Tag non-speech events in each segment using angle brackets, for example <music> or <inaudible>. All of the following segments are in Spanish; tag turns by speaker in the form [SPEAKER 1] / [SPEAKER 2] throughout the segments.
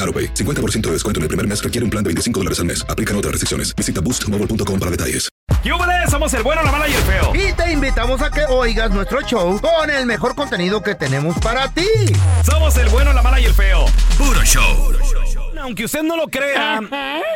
[SPEAKER 1] AroPay. 50% de descuento en el primer mes requiere un plan de 25 dólares al mes. Aplican otras restricciones. Visita boostmobile.com para detalles.
[SPEAKER 2] ¡Yúbales! Somos el bueno, la mala y el feo.
[SPEAKER 3] Y te invitamos a que oigas nuestro show con el mejor contenido que tenemos para ti.
[SPEAKER 2] Somos el bueno, la mala y el feo. Puro show. Aunque usted no lo crea,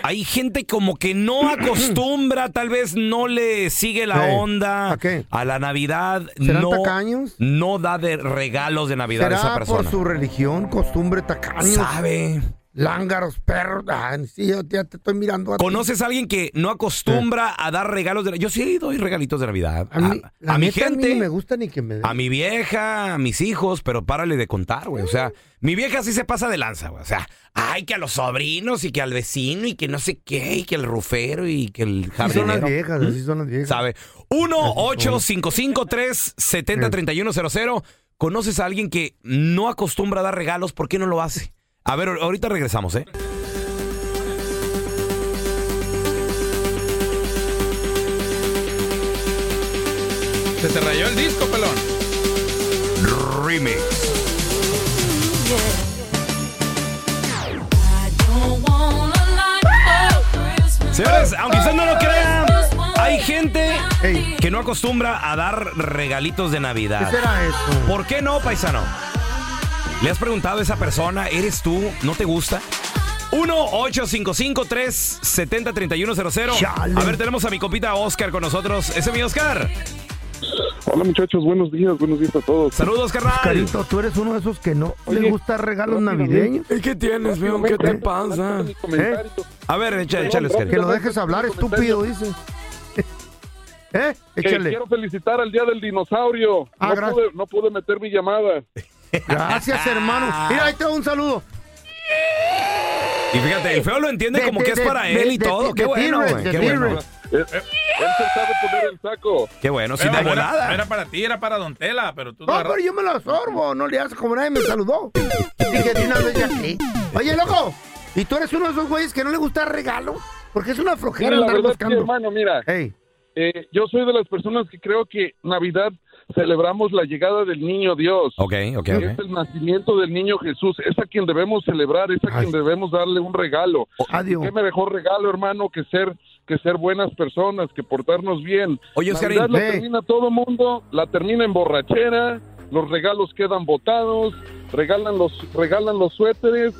[SPEAKER 2] hay gente como que
[SPEAKER 3] <clears throat>
[SPEAKER 2] no acostumbra, tal vez no le sigue la
[SPEAKER 3] Ey,
[SPEAKER 2] onda
[SPEAKER 3] ¿a qué?
[SPEAKER 2] a la Navidad.
[SPEAKER 3] ¿Serán
[SPEAKER 2] no,
[SPEAKER 3] tacaños?
[SPEAKER 2] no da de regalos de Navidad a esa
[SPEAKER 3] ¿Será por
[SPEAKER 2] persona.
[SPEAKER 3] su religión, costumbre, tacaños,
[SPEAKER 2] ¿Sabe?
[SPEAKER 3] lángaros, perros? Ah, sí, yo ya te estoy mirando a ti.
[SPEAKER 2] ¿Conoces a alguien que no acostumbra a dar regalos de Yo sí doy regalitos de Navidad.
[SPEAKER 3] A mí, la
[SPEAKER 2] a mi
[SPEAKER 3] neta, a mí
[SPEAKER 2] gente.
[SPEAKER 3] ni me gusta ni que me den.
[SPEAKER 2] A mi vieja, a mis hijos, pero párale de contar, güey. O
[SPEAKER 3] Mm.
[SPEAKER 2] sea, mi vieja sí se pasa de lanza, güey. O sea, ay, que a los sobrinos y que al vecino y que no sé qué, y que el rufero y que el
[SPEAKER 3] Así son las
[SPEAKER 2] jardinero.
[SPEAKER 3] viejas, así son las viejas.
[SPEAKER 2] ¿Sabe? 1-855-370-3100. ¿Conoces a alguien que no acostumbra a dar regalos? ¿Por qué no lo hace? A ver, ahorita regresamos, ¿eh?
[SPEAKER 4] Se te rayó el disco, pelón.
[SPEAKER 2] Remix. Señores, aunque usted no lo crea, hay gente
[SPEAKER 3] Ey,
[SPEAKER 2] que no acostumbra a dar regalitos de
[SPEAKER 3] ¿Qué
[SPEAKER 2] Navidad.
[SPEAKER 3] será eso?
[SPEAKER 2] ¿Por qué no, paisano? ¿Le has preguntado a esa persona, eres tú, no te gusta? 1-855-370-3100.
[SPEAKER 3] Chale.
[SPEAKER 2] A ver, tenemos a mi compita Oscar con nosotros. Ese es mi Oscar.
[SPEAKER 5] Hola muchachos, buenos días, buenos días a todos.
[SPEAKER 2] Saludos, carnal.
[SPEAKER 3] Carito, tú eres uno de esos que no le
[SPEAKER 5] Oye,
[SPEAKER 3] gusta regalos
[SPEAKER 5] rápidamente.
[SPEAKER 3] navideños. ¿Eh?
[SPEAKER 2] ¿Qué tienes, mío?
[SPEAKER 5] Rápidamente, lanzo mis comentarios.
[SPEAKER 2] Eh, A ver, echa- échale, Oscar.
[SPEAKER 3] Que lo dejes hablar, estúpido, dice. <laughs> ¿Eh?
[SPEAKER 5] Que
[SPEAKER 3] Échale.
[SPEAKER 5] quiero felicitar al Día del Dinosaurio.
[SPEAKER 3] Ah,
[SPEAKER 5] no,
[SPEAKER 3] gracias.
[SPEAKER 5] pude, no pude meter mi llamada.
[SPEAKER 3] Gracias, hermano. Mira, ahí te doy un saludo.
[SPEAKER 2] Y fíjate, el feo lo entiende
[SPEAKER 3] De-
[SPEAKER 2] como
[SPEAKER 3] de-
[SPEAKER 2] que es
[SPEAKER 3] de-
[SPEAKER 2] para
[SPEAKER 3] de-
[SPEAKER 2] él y
[SPEAKER 3] de-
[SPEAKER 2] todo.
[SPEAKER 3] de-
[SPEAKER 2] qué
[SPEAKER 3] de
[SPEAKER 2] bueno,
[SPEAKER 3] T-Rex,
[SPEAKER 2] güey.
[SPEAKER 3] de
[SPEAKER 2] Qué bueno.
[SPEAKER 3] T-Rex.
[SPEAKER 5] Eh, eh, Él se sabe poner el saco.
[SPEAKER 2] Qué bueno, sin
[SPEAKER 6] Eh,
[SPEAKER 4] Pero
[SPEAKER 2] de
[SPEAKER 4] no era-
[SPEAKER 2] volada.
[SPEAKER 4] no era para ti, era para Don Tela, pero tú lo
[SPEAKER 3] No,
[SPEAKER 4] agarras-
[SPEAKER 3] pero yo me lo absorbo, no le haces como nadie me saludó. Dije de una vez ya sí. Oye, loco, ¿y tú eres uno de esos güeyes que no le gusta regalo? Porque es una flojera
[SPEAKER 5] Mira, la
[SPEAKER 3] andar
[SPEAKER 5] verdad, es que,
[SPEAKER 3] buscando.
[SPEAKER 5] hermano, mira,
[SPEAKER 3] Ey,
[SPEAKER 5] eh, yo soy de las personas que creo que Navidad celebramos la llegada del Niño Dios.
[SPEAKER 2] Ok, ok,
[SPEAKER 5] que Es
[SPEAKER 2] ok.
[SPEAKER 5] el nacimiento del Niño Jesús. Es a quien debemos celebrar, es a
[SPEAKER 3] Ay. Oh,
[SPEAKER 5] quien debemos darle un regalo.
[SPEAKER 3] adiós.
[SPEAKER 5] ¿Qué me dejó regalo, hermano, que ser que ser buenas personas, que portarnos bien?
[SPEAKER 2] Oye,
[SPEAKER 5] Navidad
[SPEAKER 2] Oscarín,
[SPEAKER 5] la
[SPEAKER 3] ve.
[SPEAKER 5] termina todo mundo, la termina en borrachera, los regalos quedan botados, regalan los regalan los suéteres,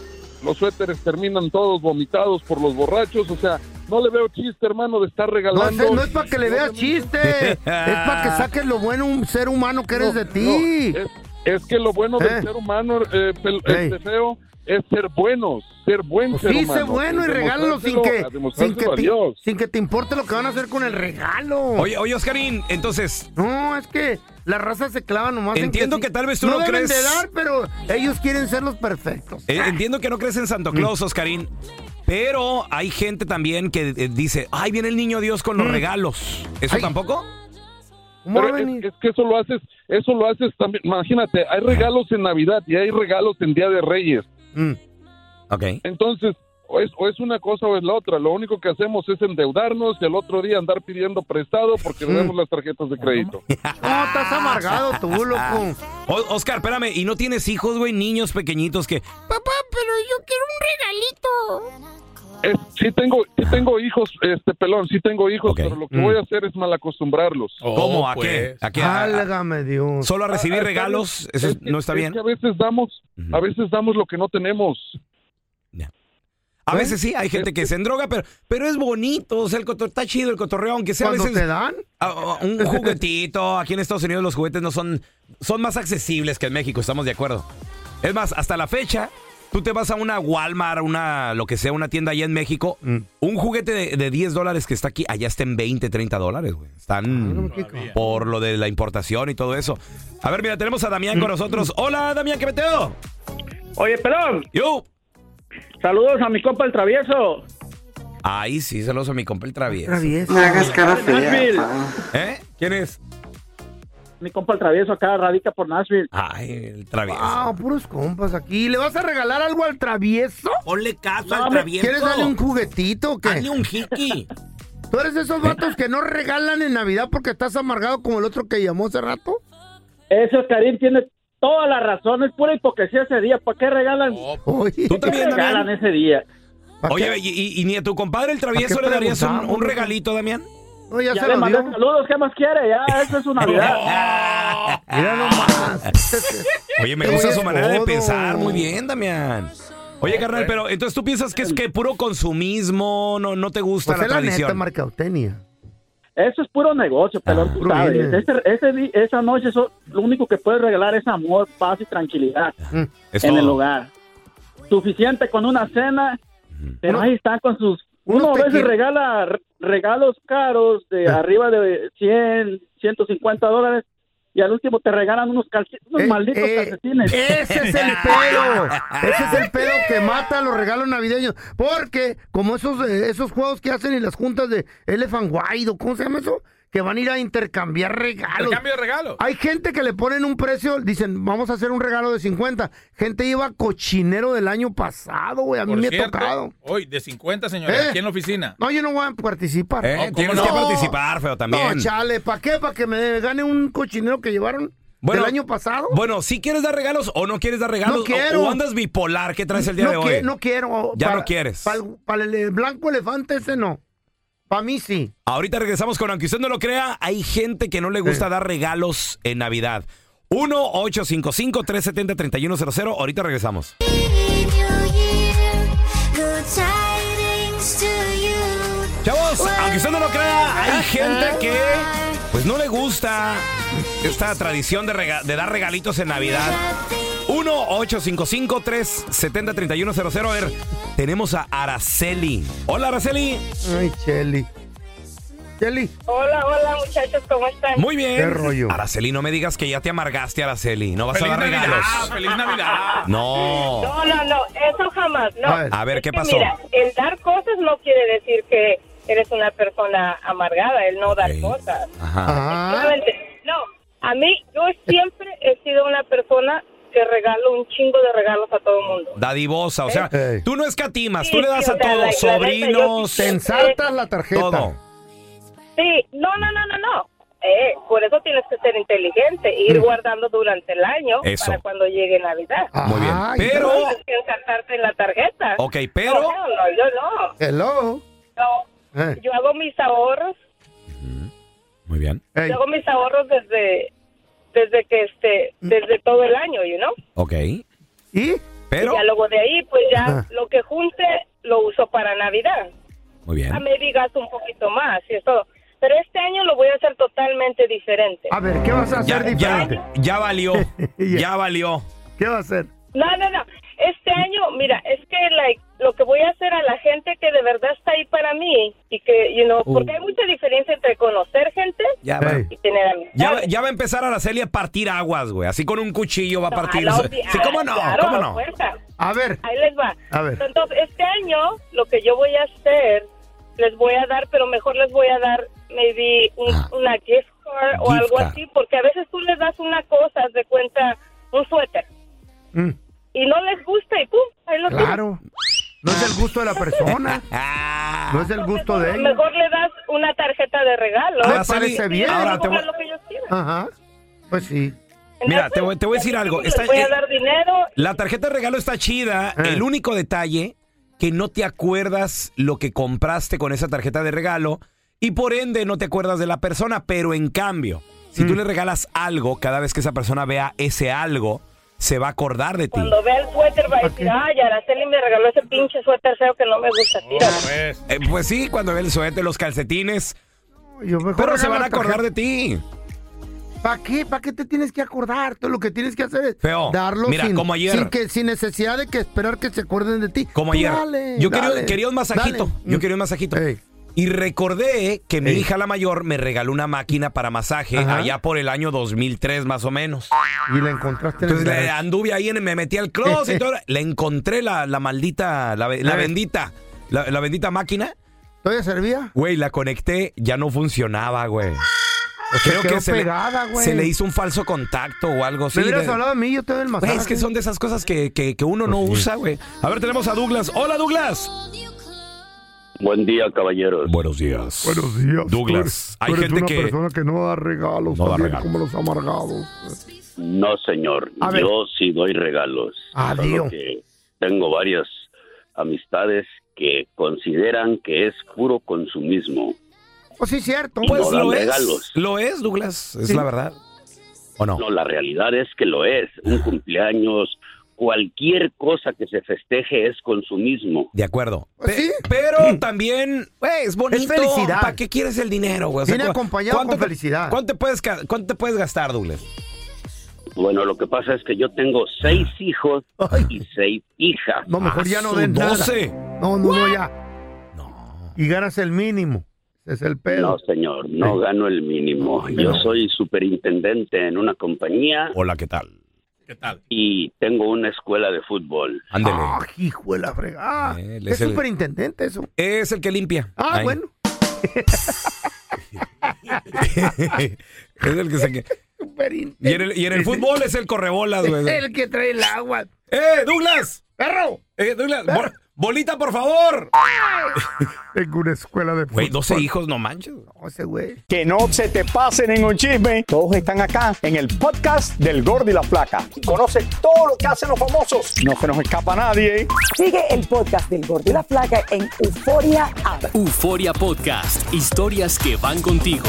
[SPEAKER 5] los suéteres terminan todos vomitados por los borrachos, o sea, no le veo chiste, hermano, de estar
[SPEAKER 3] No,
[SPEAKER 5] regalando.
[SPEAKER 3] es, no es para que le veas chiste, es para que saques lo bueno un ser humano que eres de ti.
[SPEAKER 5] No, es, es que lo bueno
[SPEAKER 3] Eh.
[SPEAKER 5] del ser humano, eh, pel-
[SPEAKER 3] Ey.
[SPEAKER 5] este feo, es ser buenos, ser buen
[SPEAKER 3] Pues
[SPEAKER 5] ser
[SPEAKER 3] sí,
[SPEAKER 5] humano.
[SPEAKER 3] sé bueno y regálalo sin
[SPEAKER 5] demostrárselo-
[SPEAKER 3] que,
[SPEAKER 5] a
[SPEAKER 3] sin, que
[SPEAKER 5] demostrárselo a
[SPEAKER 3] te,
[SPEAKER 5] Dios.
[SPEAKER 3] sin que te importe lo que van a hacer con el regalo.
[SPEAKER 2] Oye, oye, Oscarín, entonces,
[SPEAKER 3] No, es que la raza se clava nomás. en
[SPEAKER 2] Entiendo
[SPEAKER 3] sí.
[SPEAKER 2] que tal vez tú
[SPEAKER 3] no
[SPEAKER 2] no
[SPEAKER 3] deben
[SPEAKER 2] crees-
[SPEAKER 3] de dar, pero ellos quieren ser los perfectos.
[SPEAKER 2] Eh, Entiendo que no crees en Santo Claus,
[SPEAKER 3] Mm.
[SPEAKER 2] Oscarín, pero hay gente también que eh, dice, ay, viene el niño Dios con los regalos. ¿Eso
[SPEAKER 3] Mm. Ay.
[SPEAKER 2] tampoco?
[SPEAKER 3] ¿Cómo va a
[SPEAKER 5] Pero es-
[SPEAKER 3] venir?
[SPEAKER 5] Es, que eso lo haces, eso lo haces también. Imagínate, hay regalos en Navidad y hay regalos en Día de Reyes.
[SPEAKER 3] Mm.
[SPEAKER 2] Ok.
[SPEAKER 5] Entonces, o es, o es una cosa o es la otra. Lo único que hacemos es endeudarnos y al otro día andar pidiendo prestado porque tenemos las tarjetas de
[SPEAKER 2] <laughs>
[SPEAKER 5] crédito.
[SPEAKER 3] No, estás amargado
[SPEAKER 5] <laughs>
[SPEAKER 3] tú, loco.
[SPEAKER 2] O- Oscar, espérame, ¿y no tienes hijos, güey? Niños pequeñitos que...
[SPEAKER 7] Papá, pero yo quiero un regalito.
[SPEAKER 5] Es- Eh, sí tengo, sí tengo hijos, este pelón, sí tengo hijos,
[SPEAKER 2] Ok.
[SPEAKER 5] pero lo que
[SPEAKER 2] Mm.
[SPEAKER 5] voy a hacer es malacostumbrállos.
[SPEAKER 2] ¿Cómo?
[SPEAKER 4] Oh,
[SPEAKER 2] ¿A qué?
[SPEAKER 4] pues.
[SPEAKER 2] ¿A qué? ¿A- a-
[SPEAKER 3] Válgame Dios.
[SPEAKER 2] ¿Solo a recibir
[SPEAKER 5] Ah, ah,
[SPEAKER 2] regalos?
[SPEAKER 5] es
[SPEAKER 2] ¿Eso es-
[SPEAKER 5] que-
[SPEAKER 2] no está
[SPEAKER 5] es
[SPEAKER 2] bien?
[SPEAKER 5] que a veces damos,
[SPEAKER 2] Ujú.
[SPEAKER 5] a veces damos lo que no tenemos. ¿Eh?
[SPEAKER 2] A veces sí, hay gente que se endroga, pero, pero es bonito. O sea, el cotor, está chido el cotorreo, aunque sea a
[SPEAKER 3] Cuando
[SPEAKER 2] veces
[SPEAKER 3] te dan,
[SPEAKER 2] a- a- Ah, un juguetito. Aquí en Estados Unidos los juguetes no son, son más accesibles que en México, estamos de acuerdo. Es más, hasta la fecha, tú te vas a una Walmart, una lo que sea, una tienda allá en México, un juguete de, de 10 dólares que está aquí, allá está en 20, 30 dólares, güey. Están por lo de la importación y todo eso. A ver, mira, tenemos a Damián
[SPEAKER 6] Mm.
[SPEAKER 2] con nosotros. Hola, Damián, ¿qué meteo?
[SPEAKER 8] Oye, pelón,
[SPEAKER 2] Yo.
[SPEAKER 8] saludos a mi compa el travieso.
[SPEAKER 2] Ay, sí, saludos a mi compa el travieso.
[SPEAKER 3] travieso.
[SPEAKER 8] Nashville.
[SPEAKER 2] ¿Eh? ¿Quién es?
[SPEAKER 8] Mi compa el travieso acá radica por Nashville.
[SPEAKER 2] Ay, el travieso.
[SPEAKER 3] Ah, puros compas aquí. ¿Le vas a regalar algo al travieso?
[SPEAKER 2] Ponle caso
[SPEAKER 8] al travieso.
[SPEAKER 3] ¿Quieres darle un juguetito o qué?
[SPEAKER 2] un hiki.
[SPEAKER 3] <laughs> ¿Tú eres de esos vatos que no regalan en Navidad porque estás amargado como el otro que llamó hace rato?
[SPEAKER 8] Ese Oscarín tiene toda la razón, es pura hipocresía ese día. ¿Para qué regalan?
[SPEAKER 3] Oye,
[SPEAKER 2] Oh, Tú
[SPEAKER 8] ¿Qué
[SPEAKER 2] también,
[SPEAKER 8] regalan
[SPEAKER 2] Damián.
[SPEAKER 8] ese día?
[SPEAKER 3] ¿pa' qué?
[SPEAKER 2] Oye, y, y- y ni a tu compadre el
[SPEAKER 3] ¿A
[SPEAKER 2] travieso
[SPEAKER 3] qué
[SPEAKER 2] le darías un,
[SPEAKER 3] preguntamos?
[SPEAKER 2] un regalito, Damián.
[SPEAKER 3] No, ya,
[SPEAKER 8] Ya
[SPEAKER 3] se
[SPEAKER 8] le
[SPEAKER 3] lo
[SPEAKER 8] mandé
[SPEAKER 3] dio.
[SPEAKER 8] saludos, ¿qué más quiere? Ya, eso es su Navidad.
[SPEAKER 3] Mira nomás.
[SPEAKER 2] <laughs> Oye, me gusta
[SPEAKER 3] Oye,
[SPEAKER 2] su manera de
[SPEAKER 3] todo.
[SPEAKER 2] pensar. Muy bien, Damián. Oye, carnal, pero entonces tú piensas que es que puro consumismo, no, no te gusta
[SPEAKER 3] Pues
[SPEAKER 2] la
[SPEAKER 3] es la neta,
[SPEAKER 2] tradición.
[SPEAKER 3] marcautenia.
[SPEAKER 8] Eso es puro negocio, pelón, tú
[SPEAKER 3] Ah, puro
[SPEAKER 8] sabes.
[SPEAKER 3] business.
[SPEAKER 8] Ese- ese di- esa noche, eso, lo único que puedes regalar es amor, paz y tranquilidad
[SPEAKER 2] Es
[SPEAKER 8] Mm. en el
[SPEAKER 2] todo.
[SPEAKER 8] hogar. Suficiente con una cena, pero
[SPEAKER 3] Uno-
[SPEAKER 8] ahí están con sus...
[SPEAKER 3] unos
[SPEAKER 8] Uno a veces
[SPEAKER 3] tequila-
[SPEAKER 8] regala re- regalos caros
[SPEAKER 2] Eh.
[SPEAKER 8] de arriba de 100, 150 dólares y al último te regalan unos, calce- unos
[SPEAKER 3] Eh,
[SPEAKER 8] malditos
[SPEAKER 3] eh,
[SPEAKER 8] calcetines.
[SPEAKER 3] Ese es el pedo. Ese <laughs> es el pedo que mata los regalos navideños. Porque, como esos, eh, esos juegos que hacen en las juntas de Elephant Wide, ¿o ¿cómo se llama eso? Que van a ir a intercambiar
[SPEAKER 4] El
[SPEAKER 3] regalos.
[SPEAKER 4] cambio de regalo.
[SPEAKER 3] Hay gente que le ponen un precio, dicen, vamos a hacer un regalo de 50. Gente iba cochinero del año pasado, güey. A mí
[SPEAKER 4] Por
[SPEAKER 3] me ha
[SPEAKER 4] cierto,
[SPEAKER 3] tocado.
[SPEAKER 4] Hoy, de 50, señora,
[SPEAKER 3] ¿Eh?
[SPEAKER 4] aquí en la oficina.
[SPEAKER 3] No, yo no voy a participar.
[SPEAKER 2] Eh,
[SPEAKER 4] No,
[SPEAKER 2] tienes
[SPEAKER 4] ¿cómo no?
[SPEAKER 2] que participar, feo,
[SPEAKER 3] No,
[SPEAKER 2] también.
[SPEAKER 3] chale, ¿para qué? ¿Para que me gane un cochinero que llevaron
[SPEAKER 2] Bueno,
[SPEAKER 3] del año pasado?
[SPEAKER 2] Bueno, si quieres dar regalos o no quieres dar regalos,
[SPEAKER 3] No
[SPEAKER 2] o-
[SPEAKER 3] quiero.
[SPEAKER 2] o, andas bipolar, ¿qué traes el día
[SPEAKER 3] no,
[SPEAKER 2] de hoy?
[SPEAKER 3] que- no quiero.
[SPEAKER 2] Ya no quieres.
[SPEAKER 3] Para el blanco elefante ese no. Para mí sí.
[SPEAKER 2] Ahorita regresamos con, aunque usted no lo crea, hay gente que no le gusta dar regalos en Navidad. 1-855-370-3100. Ahorita regresamos. Chavos, aunque usted no lo crea, hay gente que pues no le gusta esta tradición de, rega- de dar regalitos en Navidad. 1-855-370-3100. A ver, tenemos a Araceli. Hola, Araceli.
[SPEAKER 3] Ay, Cheli. Cheli,
[SPEAKER 9] Hola, hola muchachos, ¿cómo están?
[SPEAKER 2] Muy bien.
[SPEAKER 3] Qué rollo.
[SPEAKER 2] Araceli, no me digas que ya te amargaste, Araceli. No vas
[SPEAKER 4] ¡Feliz
[SPEAKER 2] a dar
[SPEAKER 4] Navidad!
[SPEAKER 2] regalos.
[SPEAKER 4] ¡Feliz Navidad!
[SPEAKER 2] No.
[SPEAKER 9] Ah, No, no, no, eso jamás, no.
[SPEAKER 3] A ver.
[SPEAKER 2] Ah. A ver,
[SPEAKER 9] Es
[SPEAKER 2] ¿qué
[SPEAKER 9] que
[SPEAKER 2] pasó?
[SPEAKER 9] Mira, el dar cosas no quiere decir que eres una persona amargada, el no
[SPEAKER 2] Ok.
[SPEAKER 9] dar cosas.
[SPEAKER 2] Ajá.
[SPEAKER 3] ah,
[SPEAKER 9] Solamente- No, a mí yo siempre he sido una persona que regalo un chingo de regalos a todo el mundo.
[SPEAKER 2] Dadivosa, o sea,
[SPEAKER 3] Ey.
[SPEAKER 2] tú no escatimas,
[SPEAKER 9] Sí,
[SPEAKER 2] tú le das
[SPEAKER 9] sí,
[SPEAKER 2] a
[SPEAKER 9] o sea, la- la
[SPEAKER 2] todos,
[SPEAKER 9] neta, yo-
[SPEAKER 2] sobrinos,
[SPEAKER 3] te ensartas la tarjeta.
[SPEAKER 2] todo.
[SPEAKER 9] Sí, no, no, no, no, no. Eh, por eso tienes que ser inteligente, ir guardando durante el año
[SPEAKER 2] Mm. Eso.
[SPEAKER 9] para cuando llegue Navidad.
[SPEAKER 2] Muy bien.
[SPEAKER 3] Ay,
[SPEAKER 2] Pero,
[SPEAKER 9] No tienes que encartarte en la tarjeta.
[SPEAKER 2] ok, pero,
[SPEAKER 9] No, no, no, yo no.
[SPEAKER 3] Hello.
[SPEAKER 9] No,
[SPEAKER 3] Eh,
[SPEAKER 9] yo hago mis ahorros,
[SPEAKER 2] muy bien,
[SPEAKER 3] ey,
[SPEAKER 9] yo hago mis ahorros desde desde que este desde todo el año, you know?
[SPEAKER 2] ok,
[SPEAKER 3] ¿Y?
[SPEAKER 2] pero,
[SPEAKER 9] Ya luego de ahí pues ya
[SPEAKER 3] Ajá.
[SPEAKER 9] lo que junte lo uso para Navidad.
[SPEAKER 2] muy
[SPEAKER 9] A
[SPEAKER 2] bien.
[SPEAKER 9] me gasto un poquito más y es todo. Pero este año lo voy a hacer totalmente diferente.
[SPEAKER 3] A ver, ¿qué vas a hacer
[SPEAKER 2] Ya, ya,
[SPEAKER 3] diferente?
[SPEAKER 2] ya valió,
[SPEAKER 3] <laughs> Ya.
[SPEAKER 2] ya valió.
[SPEAKER 3] ¿Qué vas a hacer?
[SPEAKER 9] No, no, no. Este año, mira, es que like, lo que voy a hacer a la gente que de verdad está ahí para mí y que, you know, porque hay mucha diferencia entre conocer gente
[SPEAKER 2] Uh. Ya va.
[SPEAKER 3] Ey.
[SPEAKER 9] y tener amistades.
[SPEAKER 2] Ya, va- ya va a empezar Araceli a partir aguas, güey. Así con un cuchillo va a
[SPEAKER 9] No,
[SPEAKER 2] partir.
[SPEAKER 9] a la obvi-
[SPEAKER 2] Sí, ¿cómo no?
[SPEAKER 9] claro,
[SPEAKER 2] ¿Cómo
[SPEAKER 9] a
[SPEAKER 2] no?
[SPEAKER 9] fuerza.
[SPEAKER 3] A ver,
[SPEAKER 9] Ahí les va.
[SPEAKER 3] A ver.
[SPEAKER 9] Entonces, este año lo que yo voy a hacer, les voy a dar, pero mejor les voy a dar maybe un-
[SPEAKER 2] Ah.
[SPEAKER 9] una gift card o
[SPEAKER 2] Gift
[SPEAKER 9] algo
[SPEAKER 2] card.
[SPEAKER 9] así, porque a veces tú les das una cosa, haz de cuenta, un suéter,
[SPEAKER 3] mm,
[SPEAKER 9] y no les gusta y pum, ahí lo tienen.
[SPEAKER 3] claro. No es el gusto de la
[SPEAKER 2] <laughs>
[SPEAKER 3] persona. No es el gusto de ella.
[SPEAKER 9] Mejor le das una tarjeta de regalo.
[SPEAKER 3] Me Ahora, parece Sally, bien. ahora
[SPEAKER 9] Ahora
[SPEAKER 3] te voy-
[SPEAKER 9] lo que ellos quieran.
[SPEAKER 3] Ajá. Pues sí.
[SPEAKER 2] Mira, te voy, te voy a decir algo. Está-
[SPEAKER 9] Les voy a
[SPEAKER 2] eh,
[SPEAKER 9] dar dinero.
[SPEAKER 2] la tarjeta de regalo está chida.
[SPEAKER 3] Ah.
[SPEAKER 2] El único detalle que no te acuerdas lo que compraste con esa tarjeta de regalo y por ende no te acuerdas de la persona. Pero en cambio, si
[SPEAKER 3] Mm.
[SPEAKER 2] tú le regalas algo, cada vez que esa persona vea ese algo, se va a acordar de ti.
[SPEAKER 9] Cuando vea el suéter va a decir, ay, Araceli me regaló ese pinche suéter feo que no me gusta. Tira.
[SPEAKER 2] Eh, pues sí, cuando ve el suéter, los calcetines.
[SPEAKER 3] Yo mejor
[SPEAKER 2] Pero se
[SPEAKER 3] regalo
[SPEAKER 2] van a
[SPEAKER 3] la tarjeta.
[SPEAKER 2] acordar de ti.
[SPEAKER 3] ¿Para qué? ¿Para qué te tienes que acordar? Todo lo que tienes que hacer es
[SPEAKER 2] Feo.
[SPEAKER 3] darlo
[SPEAKER 2] Mira,
[SPEAKER 3] sin,
[SPEAKER 2] como ayer.
[SPEAKER 3] sin que, sin necesidad de que esperar que se acuerden de ti.
[SPEAKER 2] Como
[SPEAKER 3] Tú
[SPEAKER 2] ayer.
[SPEAKER 3] dale,
[SPEAKER 2] yo quería-
[SPEAKER 3] dale,
[SPEAKER 2] quería, un masajito.
[SPEAKER 3] dale.
[SPEAKER 2] Yo quería un masajito. Y recordé que mi hija la mayor me regaló una máquina para masaje
[SPEAKER 3] Ajá.
[SPEAKER 2] allá por el año 2003 más o menos.
[SPEAKER 3] Y la encontraste en el
[SPEAKER 2] Entonces le-
[SPEAKER 3] garage.
[SPEAKER 2] anduve ahí, en- me metí al
[SPEAKER 3] <laughs>
[SPEAKER 2] closet y todo. Le encontré la, la maldita, la, be- la
[SPEAKER 3] Eh.
[SPEAKER 2] bendita, la, la bendita máquina.
[SPEAKER 3] ¿Todavía servía?
[SPEAKER 2] Güey, la conecté, ya no funcionaba, güey. Creo
[SPEAKER 3] quedó
[SPEAKER 2] que se,
[SPEAKER 3] pegada,
[SPEAKER 2] le,
[SPEAKER 3] güey.
[SPEAKER 2] se le hizo un falso contacto o algo así.
[SPEAKER 3] Me hubieras
[SPEAKER 2] de-
[SPEAKER 3] hablado a mí, yo te doy el
[SPEAKER 2] Güey,
[SPEAKER 3] masaje.
[SPEAKER 2] Pues es que son de esas cosas que, que- que uno no usa, güey. A ver, tenemos a Douglas. Hola, Douglas.
[SPEAKER 10] Buen día, caballeros.
[SPEAKER 2] Buenos días.
[SPEAKER 10] Buenos días.
[SPEAKER 2] Douglas, hay gente que...
[SPEAKER 3] que no da regalos
[SPEAKER 2] No da también, regalos.
[SPEAKER 3] como los amargados.
[SPEAKER 10] No, señor.
[SPEAKER 3] A ver.
[SPEAKER 10] Yo sí doy regalos.
[SPEAKER 3] Ah,
[SPEAKER 10] Solo
[SPEAKER 3] Dios.
[SPEAKER 10] que tengo varias amistades que consideran que es puro consumismo.
[SPEAKER 3] Pues sí, cierto.
[SPEAKER 10] Y Pues no dan lo es. regalos.
[SPEAKER 2] Lo es, Douglas. Es
[SPEAKER 10] Sí.
[SPEAKER 2] la verdad. ¿O no? Ah.
[SPEAKER 10] No, la realidad es que lo es. Un cumpleaños, cualquier cosa que se festeje es consumismo.
[SPEAKER 2] De acuerdo.
[SPEAKER 3] Pues
[SPEAKER 2] Pe- Pero también, güey, es bonito.
[SPEAKER 3] Mm. felicidad.
[SPEAKER 2] ¿Para qué quieres el dinero, güey?
[SPEAKER 3] Viene
[SPEAKER 2] cu-
[SPEAKER 3] acompañado
[SPEAKER 2] ¿cuánto
[SPEAKER 3] con
[SPEAKER 2] te-
[SPEAKER 3] felicidad.
[SPEAKER 2] ¿cuánto te, puedes, ca- cuánto te puedes gastar, Douglas?
[SPEAKER 10] Bueno, lo que pasa es que yo tengo seis
[SPEAKER 2] Ah.
[SPEAKER 10] hijos y seis hijas.
[SPEAKER 3] No, mejor ya no
[SPEAKER 10] su
[SPEAKER 3] den nada.
[SPEAKER 10] 12.
[SPEAKER 3] No, no, no, ya. No. Y ganas el mínimo. Ese es el pedo.
[SPEAKER 10] No, señor, no gano el mínimo. Yo soy superintendente en una compañía.
[SPEAKER 2] Hola, ¿qué tal?
[SPEAKER 10] ¿Qué tal? Ah, Y tengo una escuela de fútbol.
[SPEAKER 2] Ándele.
[SPEAKER 3] Hijo de la fregada. Ah,
[SPEAKER 2] Él
[SPEAKER 3] es
[SPEAKER 2] el-
[SPEAKER 3] superintendente eso.
[SPEAKER 2] Es el
[SPEAKER 3] <laughs>
[SPEAKER 2] que limpia.
[SPEAKER 3] Ah,
[SPEAKER 2] Ahí. <laughs>
[SPEAKER 3] bueno.
[SPEAKER 2] es el que se... Y en el, y en el fútbol es el correbolas,
[SPEAKER 3] <laughs>
[SPEAKER 2] güey.
[SPEAKER 3] el que trae el agua.
[SPEAKER 2] ¡Eh, Douglas!
[SPEAKER 3] ¡Perro!
[SPEAKER 2] ¡Eh, Douglas! bol- ¡Bolita, por favor!
[SPEAKER 3] Tengo una escuela de
[SPEAKER 2] Güey, 12 hijos, no manches.
[SPEAKER 11] Que no se te pase ningún chisme. Todos están acá en el podcast del Gordi y la Flaca. Y conoce todo lo que hacen los famosos. No se nos escapa nadie.
[SPEAKER 12] Sigue el podcast del Gordo y la Flaca en Euforia App.
[SPEAKER 13] Euforia Podcast. Historias que van contigo.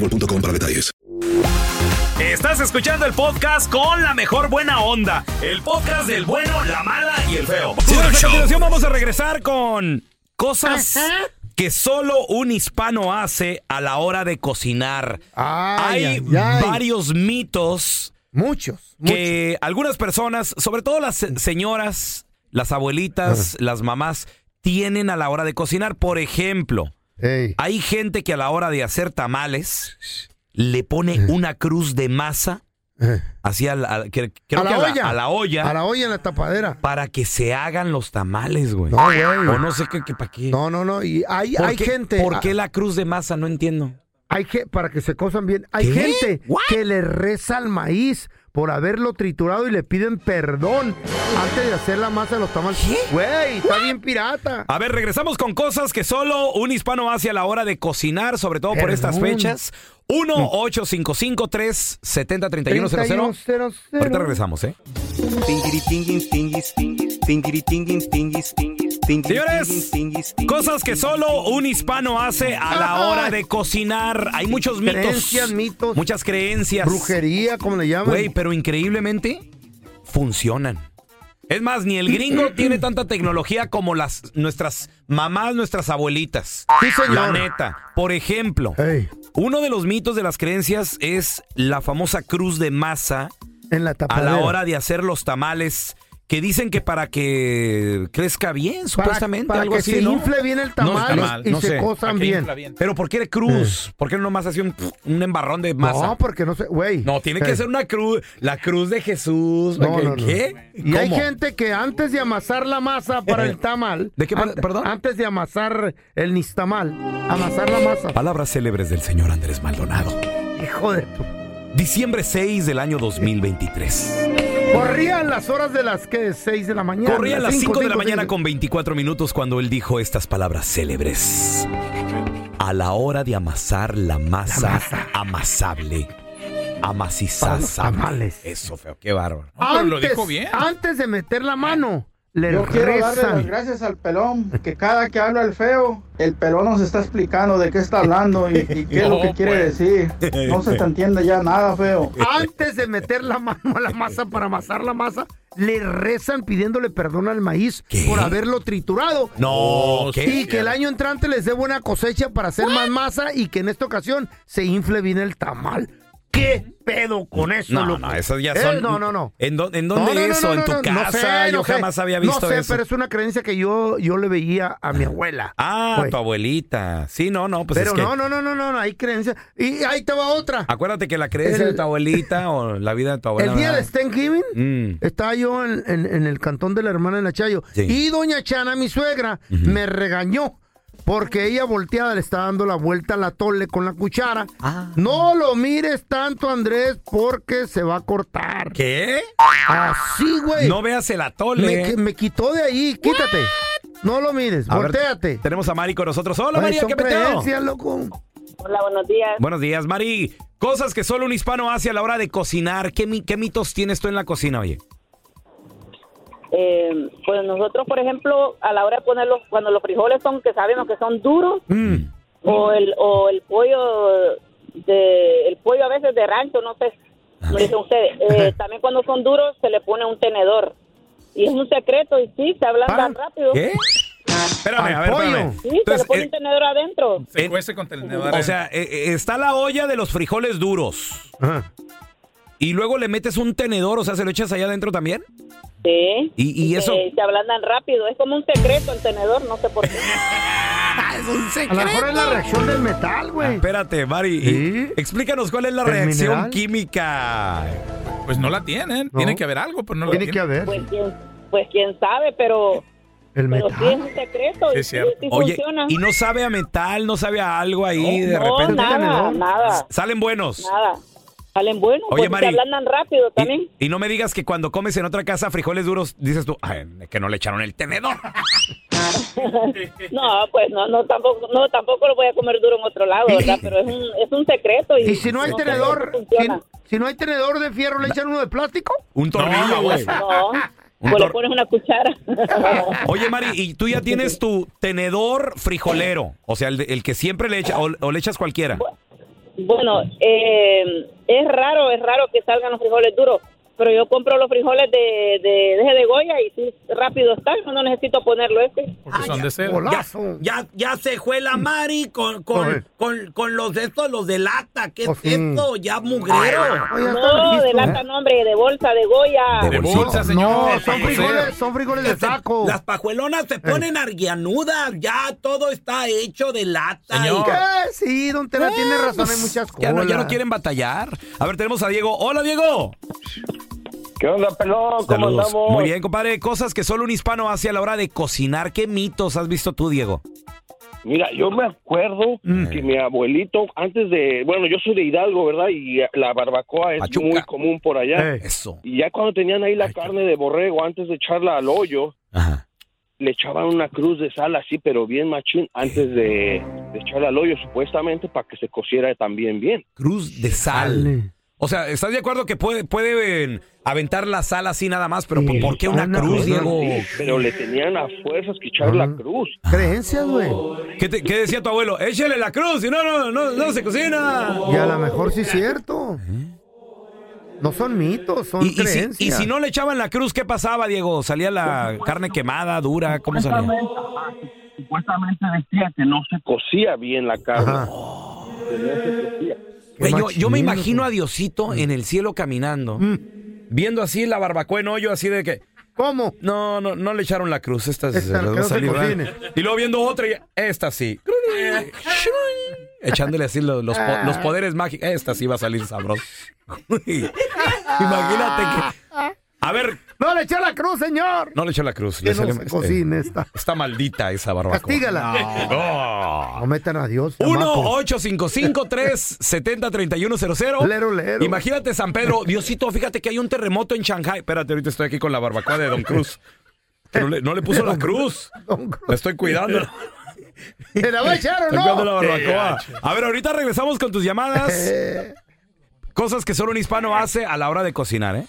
[SPEAKER 1] para detalles.
[SPEAKER 2] Estás escuchando el podcast con la mejor buena onda. El podcast del bueno, la mala y el feo. a continuación vamos a regresar con cosas que solo un hispano hace a la hora de cocinar. Hay
[SPEAKER 3] ay, ay.
[SPEAKER 2] varios mitos.
[SPEAKER 3] Muchos.
[SPEAKER 2] Que algunas personas, sobre todo las se- señoras, las abuelitas, las mamás, tienen a la hora de cocinar. Por ejemplo, hay gente que a la hora de hacer tamales le pone una cruz de masa así al- al- cre- creo
[SPEAKER 3] a,
[SPEAKER 2] que
[SPEAKER 3] la olla,
[SPEAKER 2] a la olla
[SPEAKER 3] A la olla en la tapadera.
[SPEAKER 2] para que se hagan los tamales, güey.
[SPEAKER 3] Ah. No, güey.
[SPEAKER 2] O no sé qué, qué para qué.
[SPEAKER 3] No, no, no. Y hay,
[SPEAKER 2] ¿Por
[SPEAKER 3] hay
[SPEAKER 2] qué-
[SPEAKER 3] gente. ah,
[SPEAKER 2] ¿Por qué la cruz de masa? No entiendo.
[SPEAKER 3] Hay que, para que se cosan bien. Hay
[SPEAKER 2] ¿Qué?
[SPEAKER 3] gente que le reza al maíz por haberlo triturado y le piden perdón antes de hacer la masa de los tamales. Güey, está bien pirata.
[SPEAKER 2] A ver, regresamos con cosas que solo un hispano hace a la hora de cocinar, sobre todo por
[SPEAKER 3] Perdón.
[SPEAKER 2] estas fechas. 1-855-370-3100.
[SPEAKER 3] 3100.
[SPEAKER 2] Ahorita regresamos, ¿eh? Señores, cosas que solo un hispano hace a la hora de cocinar. Hay muchos mitos.
[SPEAKER 3] Creencias, mitos.
[SPEAKER 2] Muchas creencias.
[SPEAKER 3] Brujería, como le llaman.
[SPEAKER 2] Güey, pero increíblemente funcionan. Es más, ni el gringo <clears throat> tiene tanta tecnología como las nuestras mamás, nuestras abuelitas.
[SPEAKER 3] Sí, señor.
[SPEAKER 2] La neta. Por ejemplo,
[SPEAKER 14] Eh,
[SPEAKER 2] uno de los mitos de las creencias es la famosa cruz de masa
[SPEAKER 3] en la
[SPEAKER 2] a
[SPEAKER 3] tapadera.
[SPEAKER 2] la hora de hacer los tamales que dicen que para que crezca bien, supuestamente,
[SPEAKER 3] para
[SPEAKER 2] algo
[SPEAKER 3] que
[SPEAKER 2] así,
[SPEAKER 3] se
[SPEAKER 2] ¿no?
[SPEAKER 3] infle bien el tamal
[SPEAKER 2] está
[SPEAKER 3] y-
[SPEAKER 2] mal,
[SPEAKER 3] y se cosan
[SPEAKER 2] Para que
[SPEAKER 3] bien. Eh.
[SPEAKER 2] infla Pero ¿por qué de cruz? ¿Por qué no nomás hace un, un embarrón de masa?
[SPEAKER 3] No, porque no sé, güey.
[SPEAKER 2] No, tiene que
[SPEAKER 3] Eh.
[SPEAKER 2] ser una cruz, la cruz de Jesús.
[SPEAKER 3] No,
[SPEAKER 2] ¿Qué?
[SPEAKER 3] no, no.
[SPEAKER 2] ¿Qué?
[SPEAKER 3] Y hay
[SPEAKER 2] ¿Cómo?
[SPEAKER 3] gente que antes de amasar la masa
[SPEAKER 2] <laughs>
[SPEAKER 3] para el tamal.
[SPEAKER 2] ¿De qué, per-
[SPEAKER 3] ant-
[SPEAKER 2] perdón?
[SPEAKER 3] Antes de amasar el nistamal, amasar la masa.
[SPEAKER 2] Palabras célebres del señor Andrés Maldonado.
[SPEAKER 3] Hijo de tu-
[SPEAKER 2] Diciembre 6 del año 2023.
[SPEAKER 3] Corrían las horas de las que 6 de la mañana.
[SPEAKER 2] Corría a las 5 de la
[SPEAKER 3] cinco,
[SPEAKER 2] mañana
[SPEAKER 3] seis.
[SPEAKER 2] con 24 minutos cuando él dijo estas palabras célebres. A la hora de amasar la masa, amasable, amasizazable. Eso, feo, qué bárbaro.
[SPEAKER 3] Antes, Antes de meter la mano, le
[SPEAKER 14] Yo quiero darle las
[SPEAKER 3] rezan.
[SPEAKER 14] gracias al pelón, que cada que habla el feo, el pelón nos está explicando de qué está hablando y, y qué es lo que
[SPEAKER 3] No,
[SPEAKER 14] quiere
[SPEAKER 3] pues.
[SPEAKER 14] decir. No
[SPEAKER 2] <laughs>
[SPEAKER 14] se te entiende ya nada, feo.
[SPEAKER 3] Antes de meter la mano a la masa para amasar la masa, le rezan pidiéndole perdón al maíz por haberlo triturado.
[SPEAKER 2] No, ¿qué?
[SPEAKER 3] Y que el año entrante les dé buena cosecha para hacer más masa y que en esta ocasión se infle bien el tamal. ¿Qué pedo con eso,
[SPEAKER 2] No,
[SPEAKER 3] loco?
[SPEAKER 2] no, esas ya
[SPEAKER 3] Eh,
[SPEAKER 2] son.
[SPEAKER 3] no, no, no.
[SPEAKER 2] ¿En, dó- en
[SPEAKER 3] No,
[SPEAKER 2] dónde
[SPEAKER 3] no, no,
[SPEAKER 2] eso?
[SPEAKER 3] no,
[SPEAKER 2] ¿En tu
[SPEAKER 3] no, no
[SPEAKER 2] casa?
[SPEAKER 3] sé,
[SPEAKER 2] yo
[SPEAKER 3] no sé.
[SPEAKER 2] jamás había visto
[SPEAKER 3] No sé,
[SPEAKER 2] eso.
[SPEAKER 3] pero es una creencia que yo, yo le veía a mi abuela.
[SPEAKER 2] Ah,
[SPEAKER 3] Güey.
[SPEAKER 2] tu abuelita. Sí, no, no, pues
[SPEAKER 3] pero
[SPEAKER 2] es que.
[SPEAKER 3] no, no, no, no, no, no, hay creencia. Y ahí te va otra.
[SPEAKER 2] Acuérdate que la creencia de tu abuelita o la vida de tu abuela.
[SPEAKER 3] El día de
[SPEAKER 2] ¿verdad?
[SPEAKER 3] Thanksgiving
[SPEAKER 2] Ah, Mm.
[SPEAKER 3] estaba yo en, en- en el cantón de la hermana de la Chayo.
[SPEAKER 2] Sí.
[SPEAKER 3] Y doña Chana, mi suegra, me regañó. Porque ella volteada le está dando la vuelta a la tole con la cuchara.
[SPEAKER 2] Ah.
[SPEAKER 3] No lo mires tanto, Andrés, porque se va a cortar.
[SPEAKER 2] ¿Qué?
[SPEAKER 3] Así, güey.
[SPEAKER 2] No veas el atole.
[SPEAKER 3] Me, qui- me quitó de ahí, quítate. No lo mires,
[SPEAKER 2] A ver,
[SPEAKER 3] volteate.
[SPEAKER 2] tenemos a Mari con nosotros. Hola,
[SPEAKER 3] Oye,
[SPEAKER 2] María,
[SPEAKER 3] son
[SPEAKER 2] ¿qué peteo?
[SPEAKER 3] creencias, loco.
[SPEAKER 15] Hola, buenos días.
[SPEAKER 2] Buenos días, Mari. Cosas que solo un hispano hace a la hora de cocinar. ¿Qué, mi- qué mitos tienes tú en la cocina, oye?
[SPEAKER 15] Eh, pues nosotros, por ejemplo, a la hora de ponerlos, cuando los frijoles son, que sabemos que son duros, o el o el pollo de el pollo a veces de rancho, no sé, lo dicen ustedes. Eh, también cuando son duros se le pone un tenedor y es un secreto y sí se ablandan rápido.
[SPEAKER 2] ¿Qué? Espérame, a ver, espérame.
[SPEAKER 15] Sí, se le pone un tenedor adentro.
[SPEAKER 2] Eh, O sea, eh, eh, está la olla de los frijoles duros. Y luego le metes un tenedor, o sea, se lo echas allá adentro también.
[SPEAKER 15] Sí.
[SPEAKER 2] Y, y
[SPEAKER 15] que
[SPEAKER 2] eso.
[SPEAKER 15] Eh, se ablandan rápido, es como un secreto el tenedor, no sé por qué.
[SPEAKER 3] es un secreto. A lo mejor es la reacción del metal, güey.
[SPEAKER 2] Ah, Espérate, Mari. y- Explícanos cuál es la
[SPEAKER 4] ¿El
[SPEAKER 2] reacción
[SPEAKER 4] mineral?
[SPEAKER 2] química.
[SPEAKER 4] Pues no la tienen. Tiene que haber algo, pero no la tienen.
[SPEAKER 15] Pues quién, pues quién sabe, pero,
[SPEAKER 3] El
[SPEAKER 15] pero sí es un secreto. y sí, sí
[SPEAKER 2] Oye,
[SPEAKER 15] funciona.
[SPEAKER 2] y no sabe a metal, no sabe a algo ahí de
[SPEAKER 15] no,
[SPEAKER 2] repente.
[SPEAKER 15] nada, Tenedor. nada.
[SPEAKER 2] Salen buenos.
[SPEAKER 15] Nada. Salen buenos,
[SPEAKER 2] Oye,
[SPEAKER 15] porque
[SPEAKER 2] Mari.
[SPEAKER 15] se ablandan rápido también. <laughs>
[SPEAKER 2] Y no me digas que cuando comes en otra casa frijoles duros, dices tú, "Ay, que no le echaron el tenedor.
[SPEAKER 15] no, pues no, no tampoco, no tampoco lo voy a comer duro en otro lado, ¿verdad? Pero es un, es un secreto. Y,
[SPEAKER 3] Y si no hay
[SPEAKER 15] sé,
[SPEAKER 3] tenedor,
[SPEAKER 15] eso funciona.
[SPEAKER 3] Si no hay tenedor de fierro, le echan uno de plástico.
[SPEAKER 2] Un tornillo, güey.
[SPEAKER 15] No,
[SPEAKER 2] Un
[SPEAKER 15] pues le
[SPEAKER 2] tor-
[SPEAKER 15] pones una cuchara.
[SPEAKER 2] Oye, Mari, y
[SPEAKER 15] <laughs>
[SPEAKER 2] tú ya tienes tu tenedor frijolero. O sea, el, de- el que siempre le echa, o, o le echas cualquiera.
[SPEAKER 15] Bueno, eh, es raro, es raro que salgan los frijoles duros, pero yo compro los frijoles de, de, de, de Goya y sí, rápido está, no, no necesito ponerlo este.
[SPEAKER 4] Porque son de seda.
[SPEAKER 16] Ya, ya, ya se fue
[SPEAKER 3] Mm.
[SPEAKER 16] la Mari con, con, con, con los de estos, los de lata.
[SPEAKER 3] Oh,
[SPEAKER 16] ¿Qué es esto? Ya mugrero.
[SPEAKER 15] No, de lata, no, hombre, de bolsa, de Goya.
[SPEAKER 4] De bolsa, señor.
[SPEAKER 3] No, son frijoles, son frijoles de Eh.
[SPEAKER 16] Se-
[SPEAKER 3] saco.
[SPEAKER 16] Las pajuelonas se ponen arguianudas, ya todo está hecho de lata. pues,
[SPEAKER 3] Señor. Eh, sí, don Tela, tiene razón, hay muchas
[SPEAKER 2] Ya
[SPEAKER 3] cosas.
[SPEAKER 2] no, ya no quieren batallar. A ver, tenemos a Diego. ¡Hola, Diego!
[SPEAKER 6] ¿Qué onda, pelón? ¿Cómo
[SPEAKER 2] Saludos.
[SPEAKER 6] andamos?
[SPEAKER 2] Muy bien, compadre. Cosas que solo un hispano hace a la hora de cocinar. ¿Qué mitos has visto tú, Diego?
[SPEAKER 6] Mira, yo me acuerdo
[SPEAKER 2] Mm.
[SPEAKER 6] que mi abuelito, antes de, bueno, yo soy de Hidalgo, ¿verdad? Y la barbacoa es
[SPEAKER 2] Pachuca.
[SPEAKER 6] muy común por allá.
[SPEAKER 2] Eso.
[SPEAKER 6] Y ya cuando tenían ahí la carne de borrego, antes de echarla al hoyo, le echaban una cruz de sal así, pero bien machín, antes de, de echarla al hoyo, supuestamente para que se cociera también bien.
[SPEAKER 2] Cruz de sal. O sea, ¿estás de acuerdo que puede, pueden aventar la sal así nada más? Pero ¿por- ¿por qué
[SPEAKER 6] Ah,
[SPEAKER 3] Ah,
[SPEAKER 2] una cruz, Diego? Ah.
[SPEAKER 6] Sí, pero le tenían a fuerzas que echar la cruz.
[SPEAKER 3] Creencias, güey.
[SPEAKER 2] ¿Qué, te- qué decía tu abuelo? Échale la cruz, si no, no, no, no se cocina.
[SPEAKER 3] <laughs> Y a lo mejor sí es cierto. No son mitos, son
[SPEAKER 2] Y, y si,
[SPEAKER 3] creencias.
[SPEAKER 2] y si no le echaban la cruz, ¿qué pasaba, Diego? ¿Salía la carne quemada, dura? ¿Cómo salía?
[SPEAKER 6] ah, Supuestamente decía que no se cocía bien la carne. Que no se cocía.
[SPEAKER 2] Güey, yo, yo me
[SPEAKER 6] machín,
[SPEAKER 2] imagino a
[SPEAKER 3] Mm.
[SPEAKER 2] Diosito en el cielo caminando, viendo así la barbacoa en hoyo, así de que...
[SPEAKER 3] ¿Cómo?
[SPEAKER 2] No, no, no le echaron la cruz, esta es
[SPEAKER 3] Esta,
[SPEAKER 2] la
[SPEAKER 3] que no se
[SPEAKER 2] salida.
[SPEAKER 3] cocine.
[SPEAKER 2] Y luego viendo otra y esta
[SPEAKER 3] <laughs>
[SPEAKER 2] sí. Echándole así los, los, po-
[SPEAKER 3] Ah.
[SPEAKER 2] los poderes mágicos. Esta sí va a salir sabroso. <laughs> Imagínate que... A ver,
[SPEAKER 3] ¡No le eché la cruz, señor!
[SPEAKER 2] no le echó la cruz.
[SPEAKER 3] Que
[SPEAKER 2] le
[SPEAKER 3] no
[SPEAKER 2] salió-
[SPEAKER 3] se
[SPEAKER 2] este-
[SPEAKER 3] cocine esta.
[SPEAKER 2] Está maldita esa barbacoa.
[SPEAKER 3] Castígala.
[SPEAKER 2] No.
[SPEAKER 3] No metan a Dios. chamaco.
[SPEAKER 2] 1-855-370-3100.
[SPEAKER 3] Lero, lero.
[SPEAKER 2] Imagínate, San Pedro. Diosito, fíjate que hay un terremoto en Shanghai. Espérate, ahorita estoy aquí con la barbacoa de Don Cruz. Que no, le, no le puso la cruz. La estoy cuidando.
[SPEAKER 3] ¿Te la va a echar o
[SPEAKER 2] Estoy cuidando la
[SPEAKER 3] no?
[SPEAKER 2] barbacoa. A ver, ahorita regresamos con tus llamadas.
[SPEAKER 3] Eh.
[SPEAKER 2] Cosas que solo un hispano hace a la hora de cocinar, ¿eh?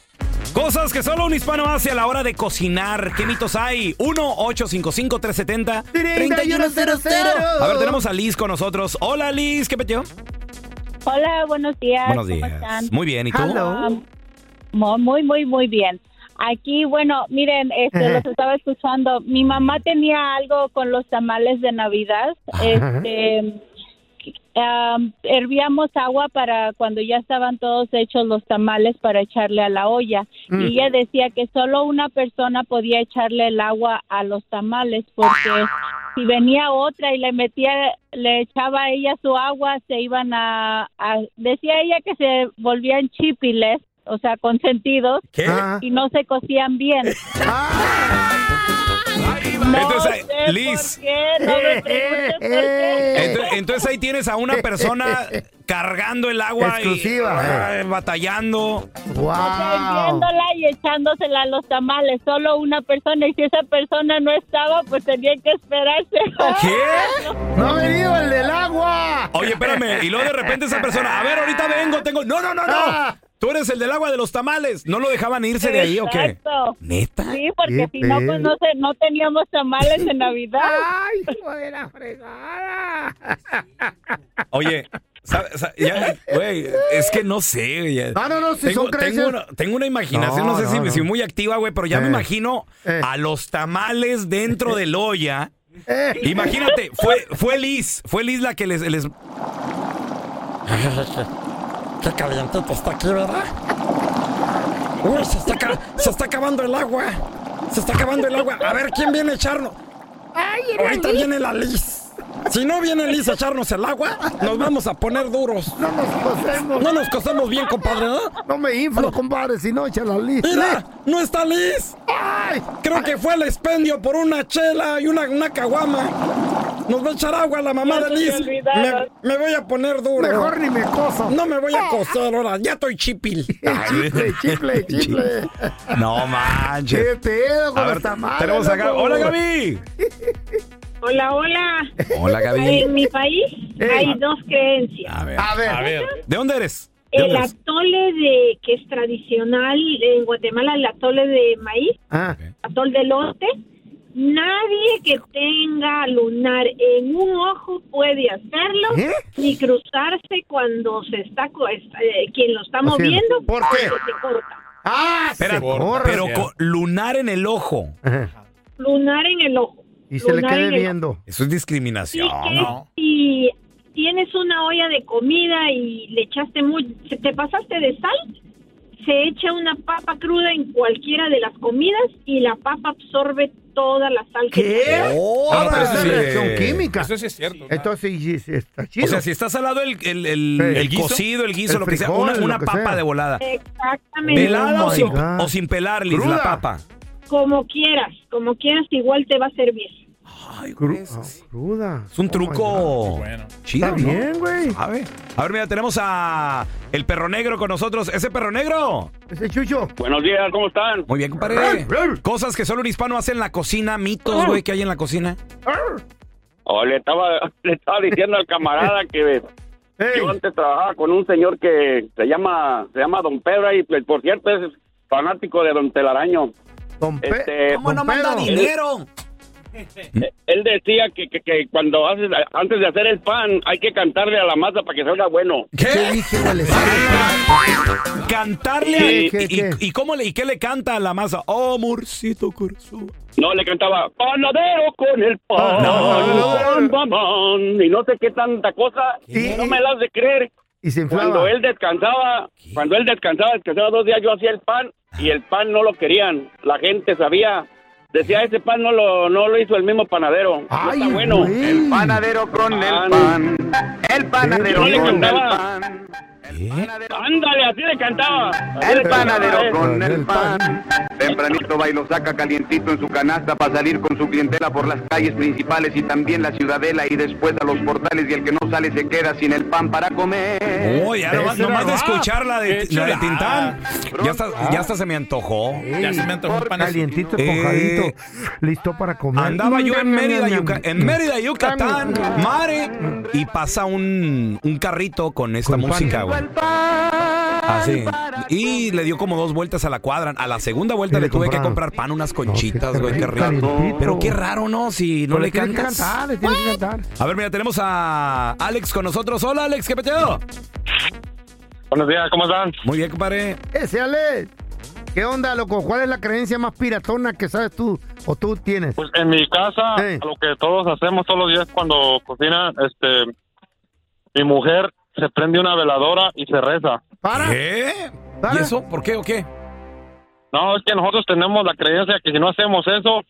[SPEAKER 2] Cosas que solo un hispano hace a la hora de cocinar. ¿Qué mitos hay? 1-855-370.
[SPEAKER 17] 3100.
[SPEAKER 2] A ver, tenemos a Liz con nosotros. Hola, Liz. ¿Qué peteo?
[SPEAKER 17] Hola, buenos días.
[SPEAKER 2] Buenos
[SPEAKER 17] ¿cómo
[SPEAKER 2] días.
[SPEAKER 17] están?
[SPEAKER 2] Muy bien, ¿y tú? Hello.
[SPEAKER 17] Um, mo- muy, muy, muy bien. Aquí, bueno, miren, este,
[SPEAKER 2] Ajá.
[SPEAKER 17] los estaba escuchando. Mi mamá tenía algo con los tamales de Navidad. Este, um, hervíamos agua para cuando ya estaban todos hechos los tamales para echarle a la olla.
[SPEAKER 18] Mm.
[SPEAKER 17] Y ella decía que solo una persona podía echarle el agua a los tamales porque si venía otra y le metía, le echaba a ella su agua, se iban a, a- decía ella que se volvían chipiles, o sea, consentidos,
[SPEAKER 2] ¿Qué?
[SPEAKER 3] Ah.
[SPEAKER 17] y no se cocían
[SPEAKER 3] <laughs>
[SPEAKER 17] bien. No
[SPEAKER 2] Entonces,
[SPEAKER 17] sé
[SPEAKER 2] Liz.
[SPEAKER 17] por qué, no me preguntes por qué.
[SPEAKER 2] Ento- Entonces ahí tienes a una persona cargando el agua y-
[SPEAKER 17] Exclusiva,
[SPEAKER 2] Ay, batallando.
[SPEAKER 17] Encendiéndola y echándosela a los tamales, solo una persona, y si esa persona no estaba, pues tenía que esperarse. <laughs>
[SPEAKER 2] ¿Qué?
[SPEAKER 3] ¡No ha venido el del agua!
[SPEAKER 2] Oye, espérame. Y luego de repente esa persona, a ver, ahorita vengo, tengo. No, no, no, no. Tú eres el del agua de los tamales. ¿No lo dejaban irse de ahí o qué?
[SPEAKER 17] Exacto.
[SPEAKER 2] ¿Neta?
[SPEAKER 17] Sí, porque
[SPEAKER 2] Qué
[SPEAKER 17] si no, pues
[SPEAKER 2] pedo.
[SPEAKER 17] no, se- no teníamos tamales en Navidad.
[SPEAKER 3] ¡Ay, joder, la fregada!
[SPEAKER 2] Oye, sa- sa- ya, güey, es que Ah, no sé. güey, ya.
[SPEAKER 3] No, no, no, si
[SPEAKER 2] tengo,
[SPEAKER 3] son creencias.
[SPEAKER 2] tengo una, tengo una imaginación, no,
[SPEAKER 3] No,
[SPEAKER 2] sé si,
[SPEAKER 3] no, no.
[SPEAKER 2] si muy activa, güey, pero ya me
[SPEAKER 3] Eh.
[SPEAKER 2] imagino a los tamales dentro del olla.
[SPEAKER 3] Eh.
[SPEAKER 2] Imagínate, fue, fue Liz, fue Liz la que les... les...
[SPEAKER 16] Qué calientito <laughs> está aquí, ¿verdad? Uy, se está, ca- se está acabando el agua. Se está acabando el agua. A ver, ¿quién viene a echarnos? Ahorita viene la Liz. Si no viene Liz a echarnos el agua, nos vamos a poner duros. No nos cosemos. No nos cosemos bien, compadre, ¿no?
[SPEAKER 3] No me inflo, compadre, si no, echa la lista.
[SPEAKER 16] Mira, no está Liz. Creo que fue el expendio por una chela y una, una caguama. Nos va a echar agua la mamá de
[SPEAKER 17] Ya se
[SPEAKER 16] Liz.
[SPEAKER 17] te
[SPEAKER 16] Me,
[SPEAKER 17] olvidaron.
[SPEAKER 16] me voy a poner duro.
[SPEAKER 17] Mejor
[SPEAKER 3] ni me coso.
[SPEAKER 16] No me voy a coser ahora. Ya estoy chipil.
[SPEAKER 3] Chicle,
[SPEAKER 16] <laughs>
[SPEAKER 3] chicle, chicle.
[SPEAKER 2] No manches.
[SPEAKER 3] ¡Qué pedo con
[SPEAKER 2] A ver,
[SPEAKER 3] los tamales,
[SPEAKER 2] tenemos
[SPEAKER 6] ¿eh?
[SPEAKER 2] a Gaby.
[SPEAKER 3] loco!
[SPEAKER 2] Hola, Gaby.
[SPEAKER 19] Hola, hola.
[SPEAKER 2] Hola,
[SPEAKER 19] En mi país
[SPEAKER 2] Ey.
[SPEAKER 19] hay dos creencias.
[SPEAKER 2] A ver.
[SPEAKER 19] A ver.
[SPEAKER 2] ¿De dónde eres? ¿De
[SPEAKER 19] El
[SPEAKER 2] dónde eres?
[SPEAKER 19] atole de que es tradicional en Guatemala, el atole de maíz,
[SPEAKER 3] Ah.
[SPEAKER 19] atole de lote. Nadie que tenga lunar en un ojo puede hacerlo ni cruzarse cuando se está co- es- eh, quien lo está
[SPEAKER 3] Haciendo.
[SPEAKER 19] moviendo
[SPEAKER 3] ¿Por
[SPEAKER 19] porque
[SPEAKER 3] qué?
[SPEAKER 19] se corta.
[SPEAKER 3] Ah,
[SPEAKER 2] Espera, pero con lunar en el ojo.
[SPEAKER 19] Lunar en el ojo. Lunar en el-
[SPEAKER 2] Eso es discriminación.
[SPEAKER 3] Oh,
[SPEAKER 19] que si tienes una olla de comida y le echaste muy, se- te pasaste de sal, se echa una papa cruda en cualquiera de las comidas y la papa absorbe toda la sal. que
[SPEAKER 3] ¿Qué?
[SPEAKER 19] tenía.
[SPEAKER 3] Oh, pero es una reacción química.
[SPEAKER 20] Eso sí es cierto.
[SPEAKER 3] Entonces, sí, sí, está chido.
[SPEAKER 2] O sea, si está salado el, el, el-
[SPEAKER 3] Sí.
[SPEAKER 2] el
[SPEAKER 3] ¿El guiso?
[SPEAKER 2] cocido, el guiso,
[SPEAKER 3] El
[SPEAKER 2] lo que sea,
[SPEAKER 3] frijol,
[SPEAKER 2] una,
[SPEAKER 3] lo
[SPEAKER 2] una
[SPEAKER 3] que
[SPEAKER 2] papa
[SPEAKER 3] sea.
[SPEAKER 2] de volada.
[SPEAKER 19] Eh, Exactamente.
[SPEAKER 2] ¿Pelada
[SPEAKER 19] Oh
[SPEAKER 2] o
[SPEAKER 19] my
[SPEAKER 2] sin,
[SPEAKER 19] God.
[SPEAKER 2] o sin pelar, Liz,
[SPEAKER 19] Cruda.
[SPEAKER 2] la papa?
[SPEAKER 19] Como quieras, como quieras, igual te va a servir.
[SPEAKER 3] oh. cruda.
[SPEAKER 2] Es un truco chido,
[SPEAKER 3] Está
[SPEAKER 2] ¿no?
[SPEAKER 3] bien, güey.
[SPEAKER 2] A ver. A ver, mira, tenemos a el perro negro con nosotros. ¿Ese perro negro?
[SPEAKER 3] Ese chucho.
[SPEAKER 2] Buenos días, ¿cómo están? Muy bien, compadre. Cosas que solo un hispano hace en la cocina,
[SPEAKER 3] Oh.
[SPEAKER 2] mitos, güey, que hay en la cocina.
[SPEAKER 6] O Oh, le estaba, <laughs> le estaba diciendo al camarada que yo antes trabajaba con un señor que se llama, se llama Don Pedro y pues, por cierto es fanático de Don Telaraño.
[SPEAKER 3] Don
[SPEAKER 6] este,
[SPEAKER 2] ¿Cómo no manda dinero?
[SPEAKER 6] <laughs> Él, él decía que, que- que cuando haces, antes de hacer el pan hay que cantarle a la masa para que salga bueno.
[SPEAKER 2] ¿Qué? Ah, Cantarle.
[SPEAKER 6] Sí.
[SPEAKER 2] y-
[SPEAKER 6] ¿Qué,
[SPEAKER 2] y, y cómo le, y qué le canta a la masa? Oh, amorcito corazón.
[SPEAKER 6] No, le cantaba panadero con el pan, pan, pan, pan", y no sé qué tanta cosa. No me las de creer.
[SPEAKER 3] Y se
[SPEAKER 6] Cuando él descansaba, cuando él descansaba, descansaba dos días, yo hacía el pan y el pan no lo querían. La gente sabía. Decía, ese pan no lo, no lo hizo el mismo panadero. No está bueno. El panadero con el pan. El panadero no le
[SPEAKER 7] con el
[SPEAKER 6] cantaba. Ándale, así le cantaba.
[SPEAKER 7] El panadero con el pan. Tempranito va y lo saca calientito en su canasta para salir con su clientela por las calles principales y también la ciudadela y después a los portales y el que no sale se queda sin el pan para comer.
[SPEAKER 2] Oh, ya nomás, nomás de escuchar la de,
[SPEAKER 7] Qué
[SPEAKER 2] la de
[SPEAKER 7] chulada.
[SPEAKER 2] Tintán. Ya hasta, ya hasta se me antojó.
[SPEAKER 3] Ya se me
[SPEAKER 2] antojó un
[SPEAKER 3] Calientito,
[SPEAKER 2] Eh,
[SPEAKER 3] esponjadito, listo para comer.
[SPEAKER 2] Andaba yo en
[SPEAKER 3] Mm,
[SPEAKER 2] Mérida,
[SPEAKER 3] mm,
[SPEAKER 2] Yuca-
[SPEAKER 3] mm,
[SPEAKER 2] en
[SPEAKER 3] mm.
[SPEAKER 2] Mérida, Yucatán, mare, y pasa un, un carrito con esta música, güey. Ah, Así. Y le dio como dos vueltas a la cuadra. A la segunda vuelta le tuve que comprar pan, unas conchitas, güey, qué rico. Pero qué raro, ¿no? Si no
[SPEAKER 3] Pero
[SPEAKER 2] le
[SPEAKER 3] tiene que
[SPEAKER 2] cantas.
[SPEAKER 3] cantar, le tiene que cantar.
[SPEAKER 2] A ver, mira, tenemos a Alex con nosotros. Hola, Alex, ¿qué peteo?
[SPEAKER 21] Buenos días, ¿cómo están?
[SPEAKER 2] Muy bien, compadre.
[SPEAKER 3] Ese Ale, ¿qué onda, loco? ¿Cuál es la creencia más piratona que sabes tú o tú tienes?
[SPEAKER 21] Pues en mi casa, lo que todos hacemos todos los días cuando cocinan, este, mi mujer se prende una veladora y se reza.
[SPEAKER 2] ¿Qué? ¿Y eso? ¿Por qué o qué?
[SPEAKER 21] No, es que nosotros tenemos la creencia que si no hacemos eso,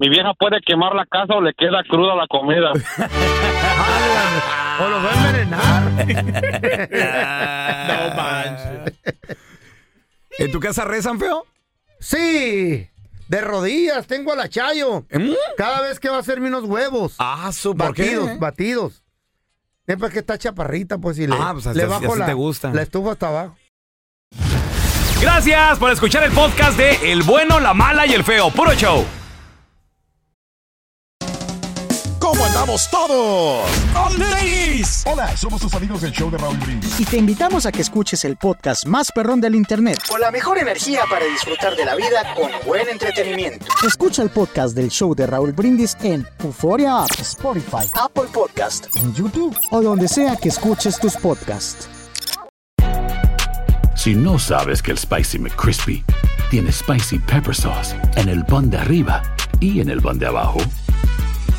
[SPEAKER 21] mi vieja puede quemar la casa o le queda cruda la
[SPEAKER 3] <laughs>
[SPEAKER 2] <laughs>
[SPEAKER 21] comida.
[SPEAKER 3] Ah, ¿O los va a envenenar?
[SPEAKER 2] No manches. ¿En tu casa rezan, feo?
[SPEAKER 3] Sí, de rodillas, tengo a la Chayo. Cada vez que va a hacerme unos huevos.
[SPEAKER 2] Ah, su ¿por qué?
[SPEAKER 3] Batidos, batidos. Es para que está chaparrita, pues, y le,
[SPEAKER 2] Ah, pues, así-
[SPEAKER 3] le
[SPEAKER 2] así-
[SPEAKER 3] bajo
[SPEAKER 2] así
[SPEAKER 3] la,
[SPEAKER 2] te gusta.
[SPEAKER 3] la estufa hasta abajo.
[SPEAKER 2] Gracias por escuchar el podcast de El Bueno, la Mala y el Feo. Puro show.
[SPEAKER 22] ¿Cómo andamos todos? Hola, somos tus amigos del show de Raúl Brindis.
[SPEAKER 23] Y te invitamos a que escuches el podcast más perrón del internet.
[SPEAKER 24] Con la mejor energía para disfrutar de la vida con buen entretenimiento.
[SPEAKER 23] Escucha el podcast del show de Raúl Brindis en Euforia App, Spotify,
[SPEAKER 24] Apple Podcast.
[SPEAKER 23] en YouTube o donde sea que escuches tus podcasts.
[SPEAKER 25] Si no sabes que el Spicy McCrispy tiene spicy pepper sauce en el pan de arriba y en el pan de abajo,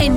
[SPEAKER 26] En